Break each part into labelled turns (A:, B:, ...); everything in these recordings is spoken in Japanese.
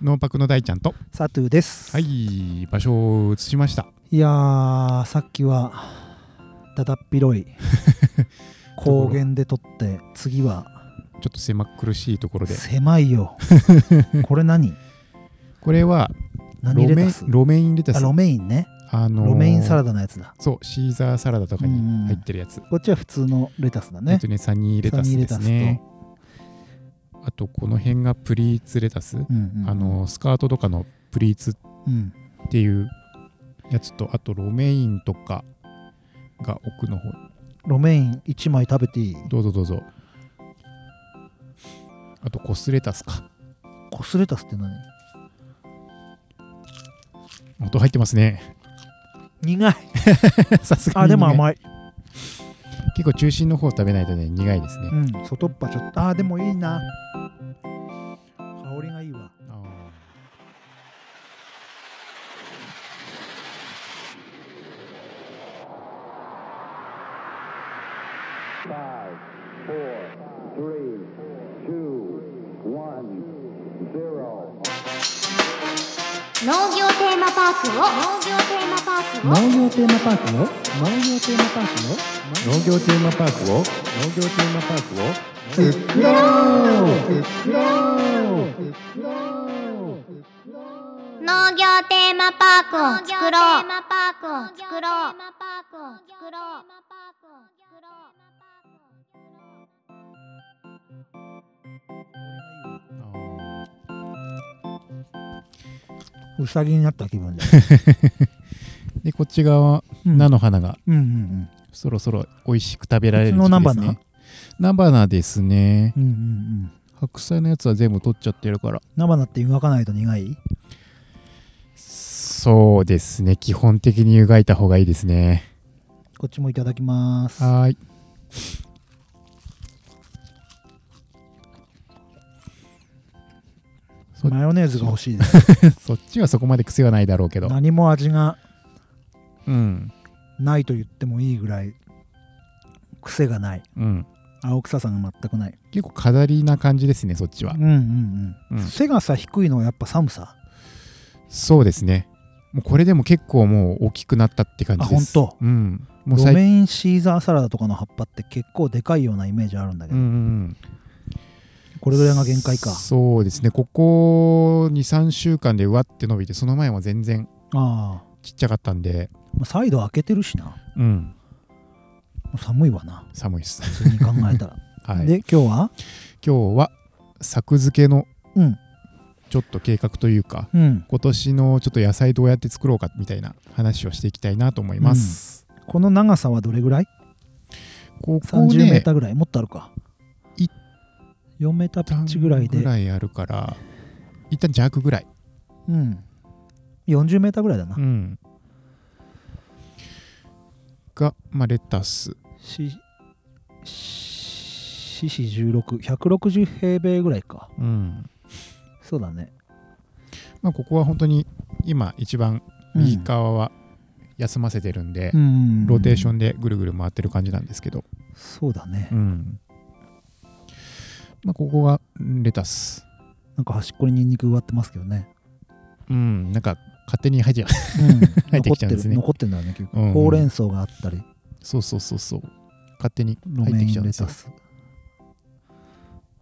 A: ノーパクの大ちゃんと
B: サトゥーです、
A: はい場所を移しました
B: いやーさっきはだだっ 広い高原で撮って次は
A: ちょっと狭苦しいところで
B: 狭い よこれ何
A: これは
B: 何
A: ロ
B: レ
A: メイ
B: タ
A: ン
B: ス
A: ロメインレタ
B: あ
A: ス
B: ロメインね
A: あのー
B: ロメインサラダのやつだ
A: そうシーザーサラダとかに入ってるやつ、
B: こっちは普通のレタスだ
A: えっ
B: ね
A: とねサニーレタスですねあとこの辺がプリーツレタス、
B: うんうん
A: あのースカートとかのプリーツ
B: うん
A: っていうやつとあとロメインとかが奥の方
B: ロメイン1枚食べていい
A: どうぞどうぞあとコスレタスか
B: コスレタスって何
A: 音入ってますね
B: 苦い
A: さすがに
B: あでも
A: 苦い
B: 甘い、
A: 結構中心の方食べないとね苦いですね、
B: うん、外っ端ちょっとあでもいいな香りがいいわ
A: あ
C: Five, four, three, two, one, zero.
D: 農業テーマパークを農業テーマパークを
E: 農業テーマパークを農業テーマパークを農業テーマパークを農業テーマパークを作ろう作ろう
D: 農業テーマパークを作ろう農業テーマパークを作ろう
A: ー
B: うさぎになった気分で
A: でこっち側
B: うん
A: 菜の花が
B: うんうん
A: そろそろ美味しく食べられる
B: うちの
A: 時
B: 菜
A: 期です
B: 花
A: ね菜花ですね
B: うんうんうんうん
A: 白菜のやつは全部取っちゃってるから
B: 菜花って湯がかないと苦い
A: そうですね基本的に湯がいた方がいいですね
B: こっちもいただきます
A: はーい
B: マヨネーズが欲しいです
A: そっちはそこまで癖はないだろうけど
B: 何も味が
A: うん
B: ないと言ってもいいぐらい癖がない
A: うん
B: 青臭さが全くない
A: 結構飾りな感じですねそっちは
B: うんうんうん、
A: うん
B: 背がさ低いのはやっぱ寒さ
A: そうですねもうこれでも結構もう大きくなったって感じです
B: あ本
A: 当うんもう
B: ロ
A: 最
B: メインシーザーサラダとかの葉っぱって結構でかいようなイメージあるんだけ
A: うんう
B: ど、
A: んうん
B: これぐらいが限界か
A: そうですねここ23週間でうわって伸びてその前は全然
B: ああ
A: ちっちゃかったんで
B: まあサイド開けてるしなも
A: うん
B: う寒いわな
A: 寒いです
B: 普通に考えたら、
A: はい
B: で今日は
A: 今日は作付けの
B: うん
A: ちょっと計画というか
B: うん
A: 今年のちょっと野菜どうやって作ろうかみたいな話をしていきたいなと思います、
B: この長さはどれぐらい
A: ここ
B: ?30 メー
A: ね
B: ターぐらいもっとあるか
A: い
B: 4メーターピッチぐらいで
A: ぐらいあるから一旦弱ぐらい
B: うん。40メーターぐらいだな。
A: うんが、まあ、レタス
B: し、し、し16、160平米ぐらいか。
A: うん
B: そうだね。
A: まあここは本当に今一番右側は休ませてるんで、
B: うん。
A: ローテーショ
B: ン。
A: ンでぐるぐる回ってる感じなんですけど、
B: そうだね
A: う。んまあ、ここがレタス、
B: なんか端っこにニンニク植わってますけどね。
A: うん、なんか勝手に入っちゃう
B: うん。
A: 入って
B: 残
A: き
B: っ
A: ち
B: て
A: ゃうんです
B: る、
A: ね
B: 残ってるんだよね、結
A: うんう
B: 構。
A: ん
B: ほうれん草があったり、
A: そうそうそうそう勝手に
B: ロ
A: 入っ
B: メ
A: て
B: イ
A: きちゃう
B: ン
A: ん
B: レ
A: です
B: タ
A: よ、
B: ス。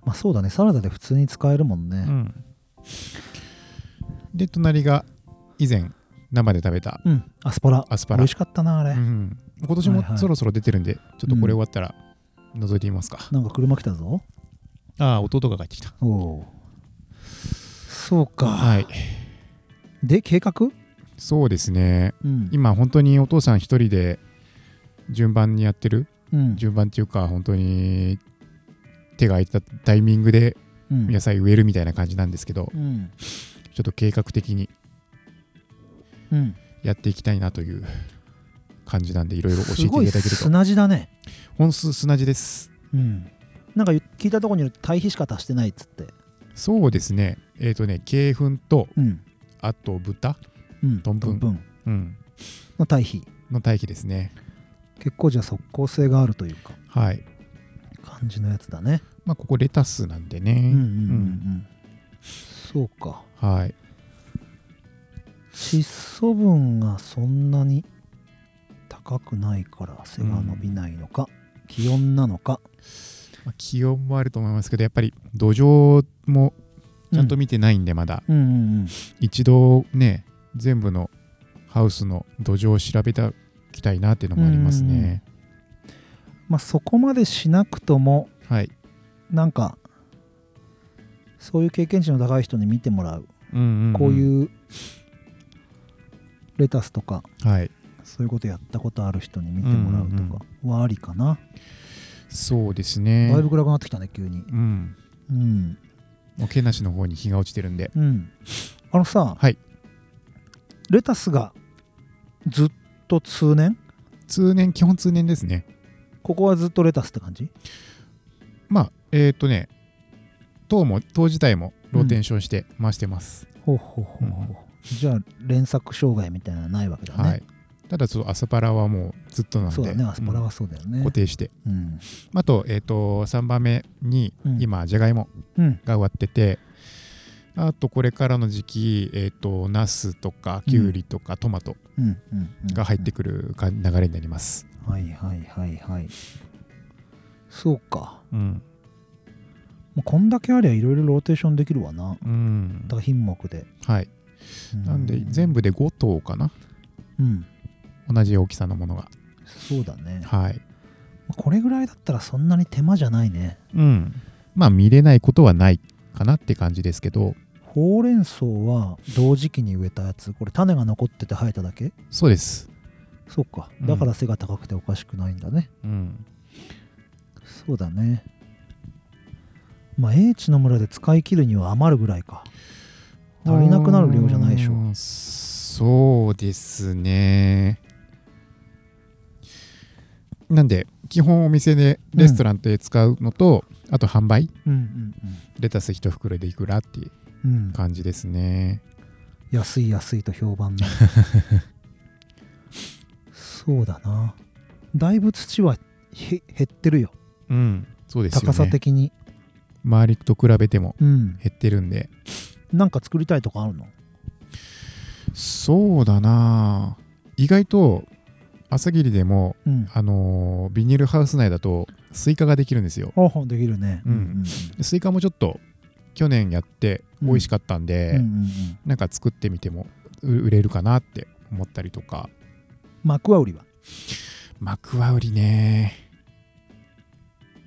B: まあそうだね、サラダで普通に使えるもん
A: う
B: ね。
A: ん、で隣が以前生で食べた
B: うん。アスパラ。
A: アスパ
B: 美
A: ラ
B: 味し、かったな、あれ
A: う。ん、今年
B: はいは
A: も
B: い
A: そろそろ出てるんで、ちょっとこれ終わったら覗いてみますか、
B: なんか車来たぞ。
A: ああ弟が帰ってきた
B: おお。そうか。
A: はい
B: で、計画
A: そうですね
B: うん。
A: 今本当にお父さん一人で順番にやってる
B: うん
A: 順番っていうか本当に手が空いたタイミングで
B: うん
A: 野菜植えるみたいな感じなんですけど、
B: うん
A: ちょっと計画的に
B: うん、
A: やっていきたいなという感じなんでいろいろ教えて
B: す
A: いた
B: ごい
A: だけると
B: 砂地だね、
A: 本数砂地です
B: うん、なんか聞いたところによると堆肥しか足してないっつって、
A: そうですねえっ、とね鶏粉と
B: うん
A: あと豚、
B: うん、
A: どんぶん
B: どんぶん
A: うん、
B: の堆肥
A: の堆肥ですね
B: 結構じゃあ即効性があるというか
A: はい
B: 感じのやつだね、
A: まあここレタスなんでね、
B: うんうんうんうん
A: うん
B: そうか
A: はい
B: 窒素分がそんなに高くないから背が伸びないのか、気温なのか
A: まあ気温もあると思いますけどやっぱり土壌もちゃんと見てないんでまだ、
B: うんうんうん
A: 一度ね全部のハウスの土壌を調べておきたいなっていうのもありますね、
B: まあそこまでしなくとも
A: はい、
B: なんかそういう経験値の高い人に見てもらう、
A: うんうんうん
B: こういうレタスとか
A: はい
B: そういうことやったことある人に見てもらうとかはありかな、
A: そうですね
B: だいぶ暗くなってきたね急に
A: うん
B: うん
A: もうけなしの方に日が落ちてるんで
B: うんあのさ、
A: はい
B: レタスがずっと通年
A: 通年基本通年ですね
B: ここはずっとレタスって感じ
A: まあえっ、とね塔も塔自体もローテンションして回してます、
B: ほうほうほうほう、
A: うん
B: じゃあ連作障害みたいなのはないわけだね、
A: はいただそうアスパラはもうずっとなんで
B: そうだねアスパラ
A: うん
B: はそうだよね
A: 固定して
B: うん、
A: あと,、えー、と3番目に
B: うん
A: 今じゃがいも
B: うん
A: が植わってて、あとこれからの時期えっ、とナスとか
B: うん
A: きゅうりとかトマト
B: うんうんうんうん
A: が入ってくるか流れになります、
B: はいはいはいはいそうか
A: うん
B: もうこんだけありゃいろいろローテーションできるわな
A: うん
B: 多品目で、
A: はい、なんで全
B: 部
A: 部で5頭かな
B: うん
A: 同じ大きさのものが
B: そうだね
A: はい、
B: これぐらいだったらそんなに手間じゃないね
A: うん、まあ見れないことはないかなって感じですけど
B: ほうれん草は同時期に植えたやつこれ種が残ってて生えただけ
A: そうです、
B: そうか
A: うん
B: だから背が高くておかしくないんだね、
A: うん、
B: そうだねまあ英知の村で使い切るには余るぐらいか足りなくなる量じゃないでしょ
A: うーんそうですねなんで基本お店でレストランで使うのと、あと販売
B: うんうん
A: レタス一袋でいくらっていう
B: うんうん
A: 感じですね
B: 安い安いと評 判のそうだなだいぶ土はへ減ってるよ
A: うんそうですよね
B: 高さ的に
A: 周りと比べても
B: うん
A: 減ってるんで
B: なんか作りたいとかあるの
A: そうだな意外と朝霧でも
B: うん
A: あのービニールハウス内だとスイカができるんですよ
B: ああできるね
A: うんでスイカもちょっと去年やって美味しかったんで、
B: うんうんうん
A: なんか作ってみてもう売れるかなって思ったりとか
B: マクワウリは
A: マクワウリね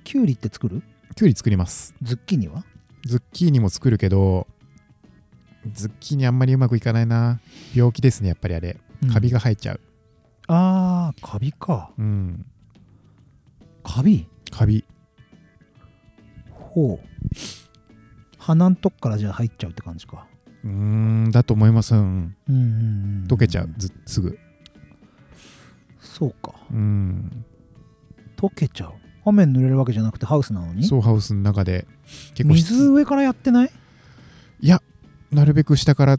B: キュウリって作る
A: きゅうり作ります
B: ズッキーニは
A: ズッキーニも作るけどズッキーニあんまりうまくいかないな病気ですねやっぱりあれカビ
B: が
A: が生えちゃう
B: あーカビか
A: うん、
B: カビ
A: カビ
B: ほう鼻んとこからじゃあ入っちゃうって感じか
A: うーんだと思います、うん、
B: うんうんうん
A: 溶けちゃうずすぐ
B: そうか
A: うん
B: 溶けちゃう雨に濡れるわけじゃなくてハウスなのに
A: そうハウスの中で結構し
B: 水上からやってない
A: いやなるべく下から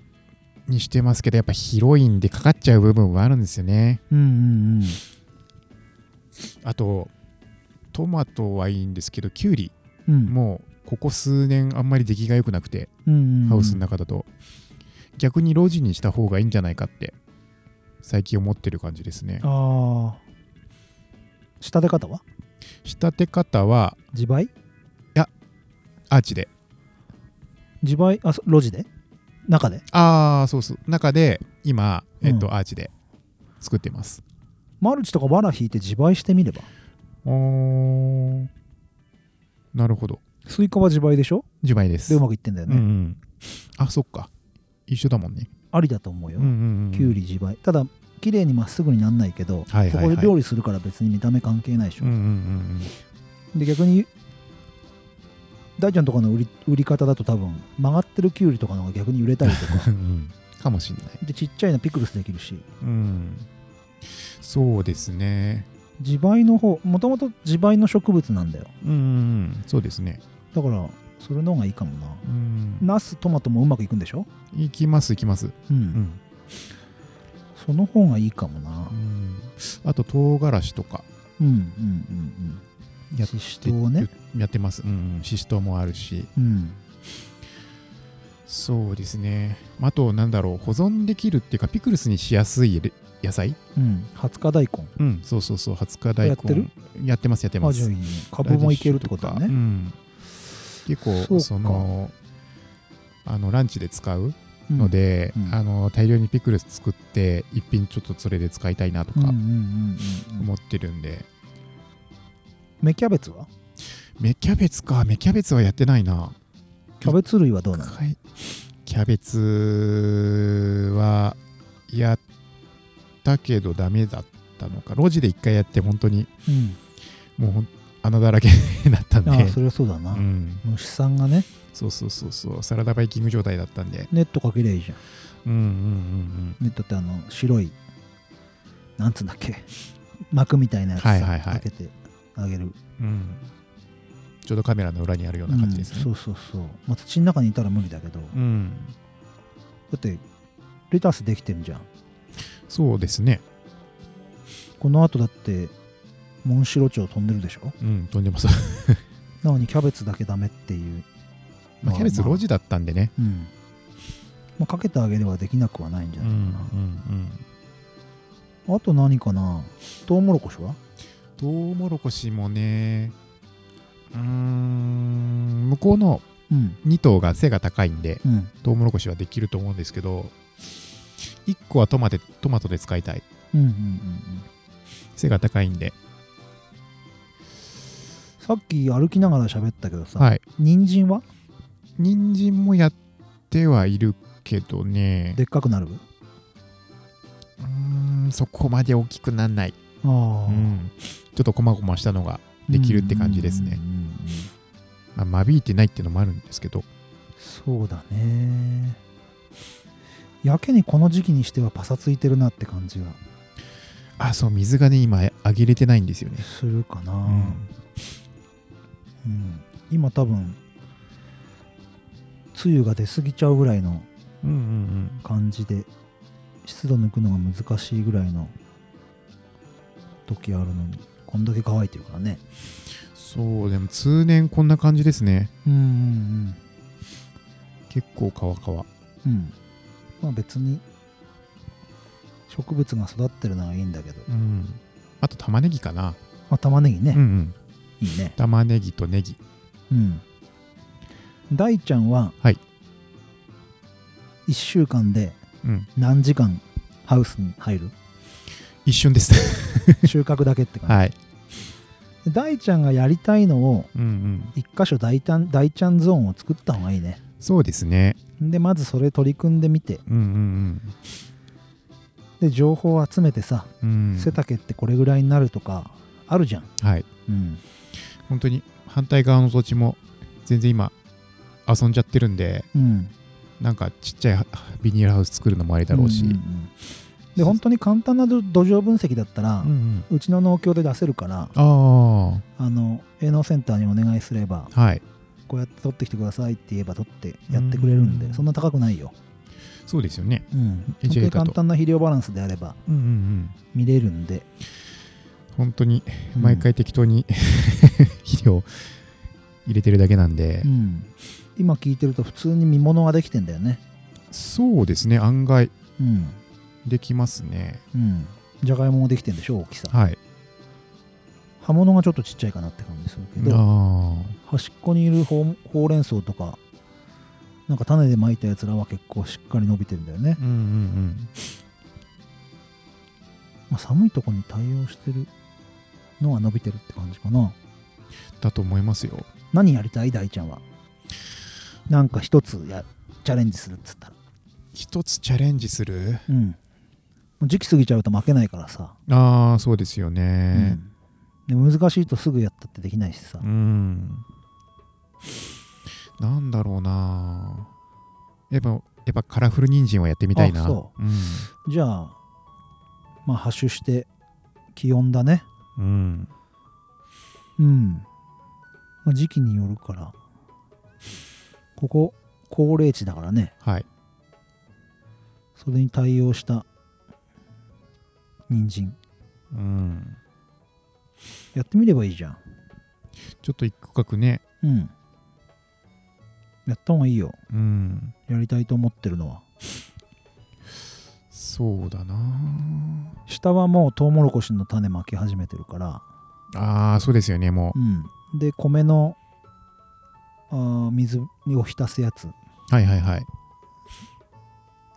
A: にしてますけどやっぱ広いんでかかっちゃう部分はあるんですよね
B: うんうんうん
A: あとトマトはいいんですけどキュウリ
B: うん
A: もうここ数年あんまり出来が良くなくて、
B: うんうん
A: ハウスの中だと逆にロジにした方がいいんじゃないかって最近思ってる感じですね
B: ああ仕立て方は
A: 仕立て方は
B: 自培
A: アーチで
B: 自培あそ路地で中で
A: ああそうそう中で今、えっと
B: う
A: アーチで作ってます
B: マルチとかバラ引いて自培してみれば
A: おーなるほど
B: スイカは自培でしょ
A: 自前です
B: でうまくいってんだよ
A: うんう
B: ね
A: ん、あそっか一緒だもんね、
B: ありだと思うよ
A: ん
B: きゅうり自培ただ綺麗にまっすぐになんないけ
A: は
B: ど、
A: いはいはい
B: そこで料理するから別に見た目関係ないでしょ、
A: うんうんうん
B: で逆に大ちゃんとかの売り売り方だと多分曲がってるきゅうりとかの方が逆に売れたりと か
A: うんうんかもしんない、
B: でちっちゃいのピクルスできるし
A: うん、そうですね
B: 自培の方もともと自培の植物なんだよ
A: うんうんうんそうですね
B: だからそれの方がいいかもな
A: うん
B: ナストマトもうまくいくんでしょ
A: いきますいきます、
B: うん、
A: うん
B: その方がいいかもな
A: うんあと唐辛子とか
B: うんうんうんうん
A: やっ
B: シシトウね
A: やってます、うんうん、ししとうもあるし
B: うん
A: そうですね。あと、なんだろう、保存できるっていうか、ピクルスにしやすいれ野菜
B: うん20日大根
A: うん、そうそうそう、20日大根。
B: やってる
A: やってます、やってま
B: あじゃあ
A: す
B: いい。ね株もいけるってことだ
A: う
B: ね
A: ん、結構
B: そう
A: そ
B: か
A: のあのランチで使うので、
B: うんうん
A: あの大量にピクルス作って一品ちょっとそれで使いたいなと
B: うん
A: か
B: うんうんうんうん
A: 思ってるんで、
B: 芽キャベツは
A: 芽キャベツか芽キャベツはやってないな
B: キャベツ類はどうなの
A: はいキャベツはやったけどダメだったのか路地で一回やって本当に
B: うん
A: もうほん穴だらけになったんで
B: ああそれはそうだな
A: うん、
B: 虫さんがね
A: そうそうそうそうサラダバイキング状態だったんで
B: ネットかけりゃいいじゃん
A: うんうんうん
B: ネットってあの白いなんつうんだっけ膜みたいなやつさ
A: はいはいはい
B: かけてあげる
A: うんうんちょうどカメラの裏にあるような感じですね、
B: う
A: うん
B: んそうそうそう、まあ、土の中にいたら無理だけど、だってレタスできてるじゃん
A: そうですね
B: この後だってモンシロチョウ飛んでるでしょ
A: うん飛んでます、
B: なのにキャベツだけダメっていう、
A: まあ、キャベツ路地だったんでね
B: うん、まあ、かけてあげればできなくはないんじゃ
A: う
B: ないかな、
A: ん
B: あと何かなトウモロコシは
A: トウモロコシもねうーん向こうの
B: うん
A: 2頭が背が高いんで
B: うん
A: トウモロコシはできると思うんですけど1個はトマトトマトで使いたい
B: うんうんうんうん
A: 背が高いんで
B: さっき歩きながら喋ったけどさ、
A: はい
B: 人参は
A: 人参もやってはいるけどね
B: でっかくなる
A: うーんそこまで大きくならない
B: ああ、
A: うん、ちょっとこまごましたのが、できるって感じですね
B: うんうんうんうん
A: まあ、間引いてないっていうのもあるんですけど
B: そうだねやけにこの時期にしてはパサついてるなって感じが
A: あそう水がね今あげれてないんですよね
B: するかな、う
A: うん
B: 今多分梅雨が出過ぎちゃうぐらいの
A: うんうん
B: 感じで湿度抜くのが難しいぐらいの時あるのにこんだけ乾いてるからね
A: そうでも通年こんな感じですね
B: うんうん
A: 結構皮皮
B: うんうんまあ別に植物が育ってるのはいいんだけど、
A: うんあと玉ねぎかな
B: まあ、玉ねぎね
A: うん、うん
B: いいね
A: 玉ねぎとネギ
B: うん大ちゃんは、
A: はい
B: 1週間で
A: うん
B: 何時間ハウスに 入る
A: 一瞬です
B: 収穫だけって感 じ、
A: はい
B: 大ちゃんがやりたいのを
A: うんうん
B: 1箇所大ちゃん大ちゃんゾーンを作った方がいいね
A: そうですね
B: でまずそれ取り組んでみて
A: うんうん
B: で情報を集めてさ、
A: うんうん
B: 背丈ってこれぐらいになるとかあるじゃん、
A: はい
B: うん、
A: 本当に反対側の土地も全然今遊んじゃってるんで
B: うん、
A: なんかちっちゃいはビニールハウス作るのもありだろうし、
B: んんんで本当に簡単など土壌分析だったら、
A: うんうん、
B: うちの農協で出せるから
A: あ
B: あの営農センターにお願いすれば
A: あはい
B: こうやって取ってきてくださいって言えば取ってやってくれるんで
A: うん
B: そんな高くないよ、
A: そうですよね
B: うん、
A: EJ
B: 本当に
A: だと
B: 簡単な肥料バランスであれば
A: うんうんうん
B: 見れるんで、
A: 本当に
B: うん
A: 毎回適当に、 肥料入れてるだけなんで、
B: うん、今聞いてると普通に見物ができてんだよね
A: そうですね案外
B: うん
A: できますね
B: うんじゃがいももできてんでしょ大きさ
A: はい
B: 葉物がちょっとちっちゃいかなって感じするけ
A: あ
B: ど
A: あ
B: 端っこにいるほうほうれん草とかなんか種でまいたやつらは結構しっかり伸びてんだよね
A: う、んうんうん
B: まあ、寒いとこに対応してるのは伸びてるって感じかな
A: だと思いますよ
B: 何やりたい大ちゃんはなんか一つやチャレンジするっつったら
A: 一つチャレンジする
B: うんもう時期過ぎちゃうと負けないからさ、
A: ああそうですよね
B: うんで難しいとすぐやったってできないしさ、
A: うん、なんだろうなやっぱやっぱカラフル人参はやってみたいな、
B: あそう
A: ん
B: じゃあまあ発種して気温だね
A: うん、
B: うん、まあ、時期によるからここ高齢地だからね
A: はい
B: それに対応した人参
A: うん、
B: やってみればいいじゃん
A: ちょっと一区画ね
B: うんやった方がいいよ
A: うん
B: やりたいと思ってるのは
A: そうだな
B: 下はもうトウモロコシの種まき始めてるから
A: ああそうですよねも
B: うんで米のあー水を浸すやつ
A: うはいはいはい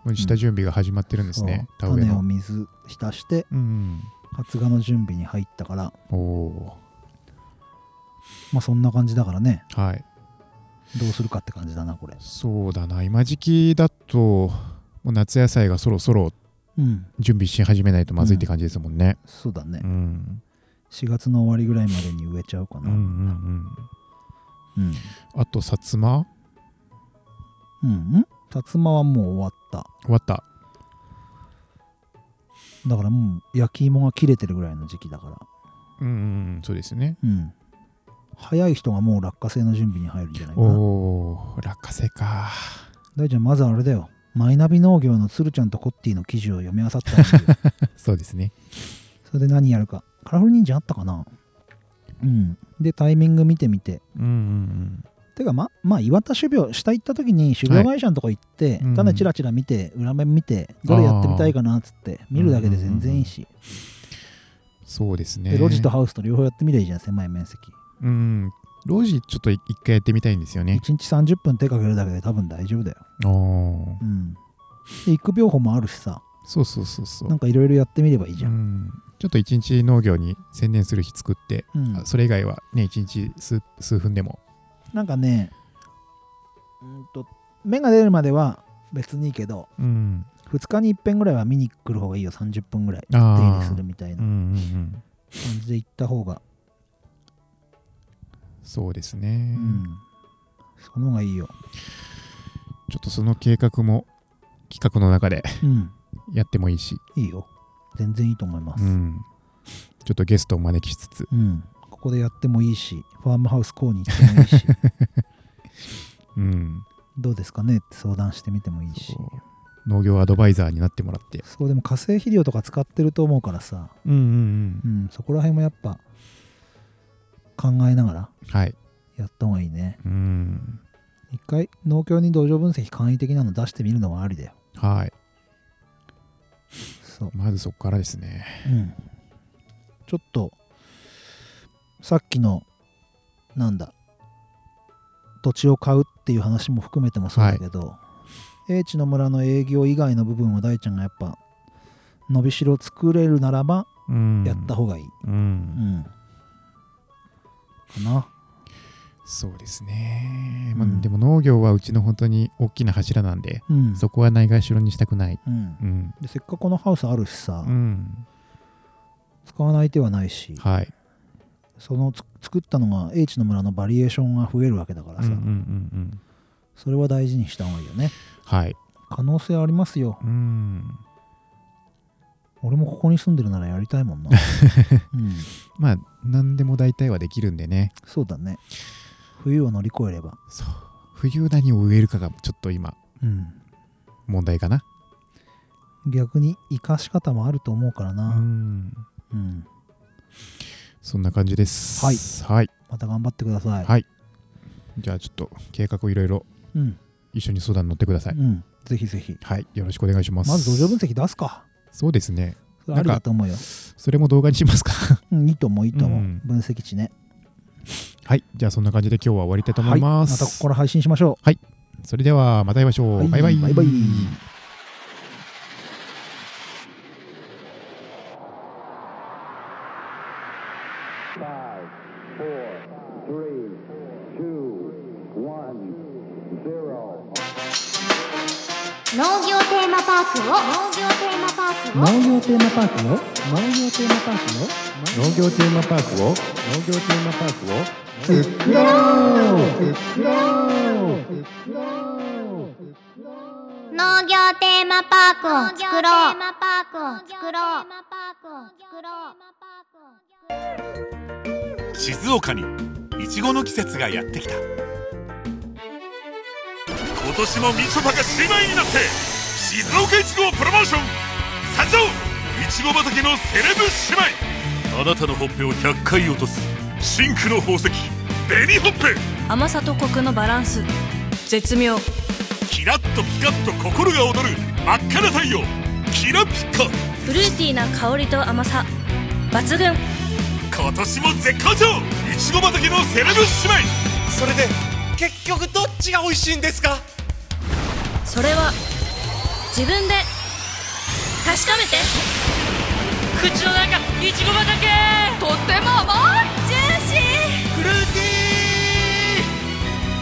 A: もう下準備が始まってるんですね、
B: そ
A: 田
B: う
A: 植え
B: 種を
A: の
B: 水浸して
A: うん
B: 発芽の準備に入ったから
A: おお
B: まあそんな感じだからね
A: ーはい
B: どうするかって感じだなこれ
A: そうだな今時期だともう夏野菜がそろそろ
B: うん
A: 準備し始めないとまずいって感じですもんね、
B: そうだね
A: うん、うん
B: 4月の終わりぐらいまでに植えちゃうか
A: うんう
B: なうん、
A: ん
B: うん
A: あとさつま
B: うんさつまはもう終わった
A: 終わった
B: だからもう焼き芋が切れてるぐらいの時期だから
A: うんうんうんそうですね
B: うん早い人がもう落花生の準備に入るんじゃないか
A: お
B: な
A: お落花生か
B: 大ちゃんまずあれだよマイナビ農業のつるちゃんとコッティの記事を読み漁ったんですよ
A: そうですね
B: それで何やるかカラフル忍者あったかなうんでタイミング見てみて
A: うんうん
B: てかままあ岩田種苗下行った時に種苗会社のとこ行って、
A: うん
B: ただチラチラ見て裏面見てどれやってみたいかなっつって見るだけで全然いいし、
A: そうですね
B: でロジとハウスと両方やってみりゃいいじゃん狭い面積
A: うんロジちょっと一回やってみたいんですよね
B: 1日30分手かけるだけで多分大丈夫だよ
A: ああ
B: うんで育苗法もあるしさ
A: そうそうそうそう
B: なんかいろいろやってみればいいじゃ、
A: うんんちょっと一日農業に専念する日作って、
B: うん
A: あそれ以外はね一日数数分でも
B: なんかねうんと芽が出るまでは別にいいけど
A: うん
B: 2日に一遍ぐらいは見に来る方がいいよ30分ぐらい手
A: あー
B: 入れするみたい
A: うんう
B: なん
A: うん
B: 感じで行った方が
A: そうですね、
B: うんその方がい いよ
A: ちょっとその計画も企画の中で
B: うん
A: やってもいいし、
B: いいよ全然いいと思います、
A: う
B: うん
A: ん、ちょっとゲストを招きしつつ
B: ここでやってもいいしファームハウスこうに行ってもい いし
A: うん
B: どうですかねって相談してみてもいいし
A: こう農業アドバイザーになってもらって
B: そうでも化成肥料とか使ってると思うからさ、
A: うんうん
B: うん、そこら辺もやっぱ考えながら
A: うんはい
B: やった方がいいね
A: うん
B: 一回農協に土壌分析簡易的なの出してみるのはありだよ
A: はい
B: そう、
A: まずそこからですね
B: うん、ちょっとさっきのなんだ土地を買うっていう話も含めてもそうだけど、英知の村の営業以外の部分を大ちゃんがやっぱ伸びしろ作れるならば
A: うん
B: やった方がいい、
A: う
B: うん
A: ん
B: かな
A: そうですね、まあ
B: うん
A: でも農業はうちの本当に大きな柱なんで、
B: うん
A: そこはないがしろにしたくない
B: うん
A: うん、
B: でせっかくこのハウスあるしさ、
A: うん、
B: 使わない手はないし、
A: はい
B: そのつ作ったのが英知の村のバリエーションが増えるわけだから
A: うん
B: さ、
A: うんうんうん
B: それは大事にした方がいいよね
A: はい
B: 可能性ありますよ
A: うん
B: 俺もここに住んでるならやりたいもんな、 うん、
A: まあ何でも大体はできるんでね
B: そうだね冬を乗り越えれば
A: そう冬何を植えるかがちょっと今
B: うん
A: 問題かな
B: 逆に生かし方もあると思うから
A: う
B: な、
A: ん
B: うん
A: そんな感じです
B: はい
A: はい、
B: また頑張ってください、
A: はいじゃあちょっと計画をいろいろ
B: うん
A: 一緒に相談に乗ってください、
B: うん、ぜひぜひ
A: はいよろしくお願いします
B: まず土壌分析出すか
A: そうですね
B: それありだと思うよ、
A: それも動画にしますか
B: うん、いいと思ういいと思う、
A: うん
B: 分析値ね
A: はいじゃあそんな感じで今日は終わりたいと思います、
B: はい、またここから配信しましょ
A: それではまた会いましょう、
B: う、はい
A: バイバイ
B: バイバイ
C: Five, four, three, two, one, zero.
D: 農業テーマパークを農業テーマパークを
E: 農業テーマパークを農業テーマパークを農業テーマパークを農業テーマパークを作ろう作ろう作ろう
D: 農業テーマパークを作ろう作ろう作ろう
F: 静岡にいちごの季節がやってきた今年もみちょぱが姉妹になって静岡いちごをプロモーション参上いちご畑のセレブ姉妹あなたのほっぺを100回落とす真紅の宝石紅ほっぺ
G: 甘さとコクのバランス絶妙
F: キラッとピカッと心が躍る真っ赤な太陽キラピカ
G: フルーティーな香りと甘さ抜群
F: 今年も絶好調いちご畑のセレブ姉妹
H: それで結局どっちが美味しいんですか
G: それは自分で確かめて
I: 口の中いちご畑とっても甘い
G: ジューシ
H: フルー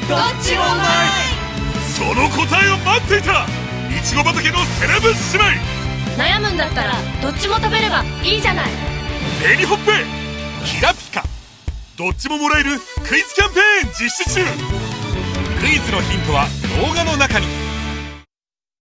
H: ティーどっちもうま
F: その答えを待っていたいちご畑のセレブ姉
G: ー悩むんだったらどっちも食べればいいじゃない
F: 妹レニホッペキラピカどっちももらえるクイズキャンペーン実施中クイズのヒントは動画の中に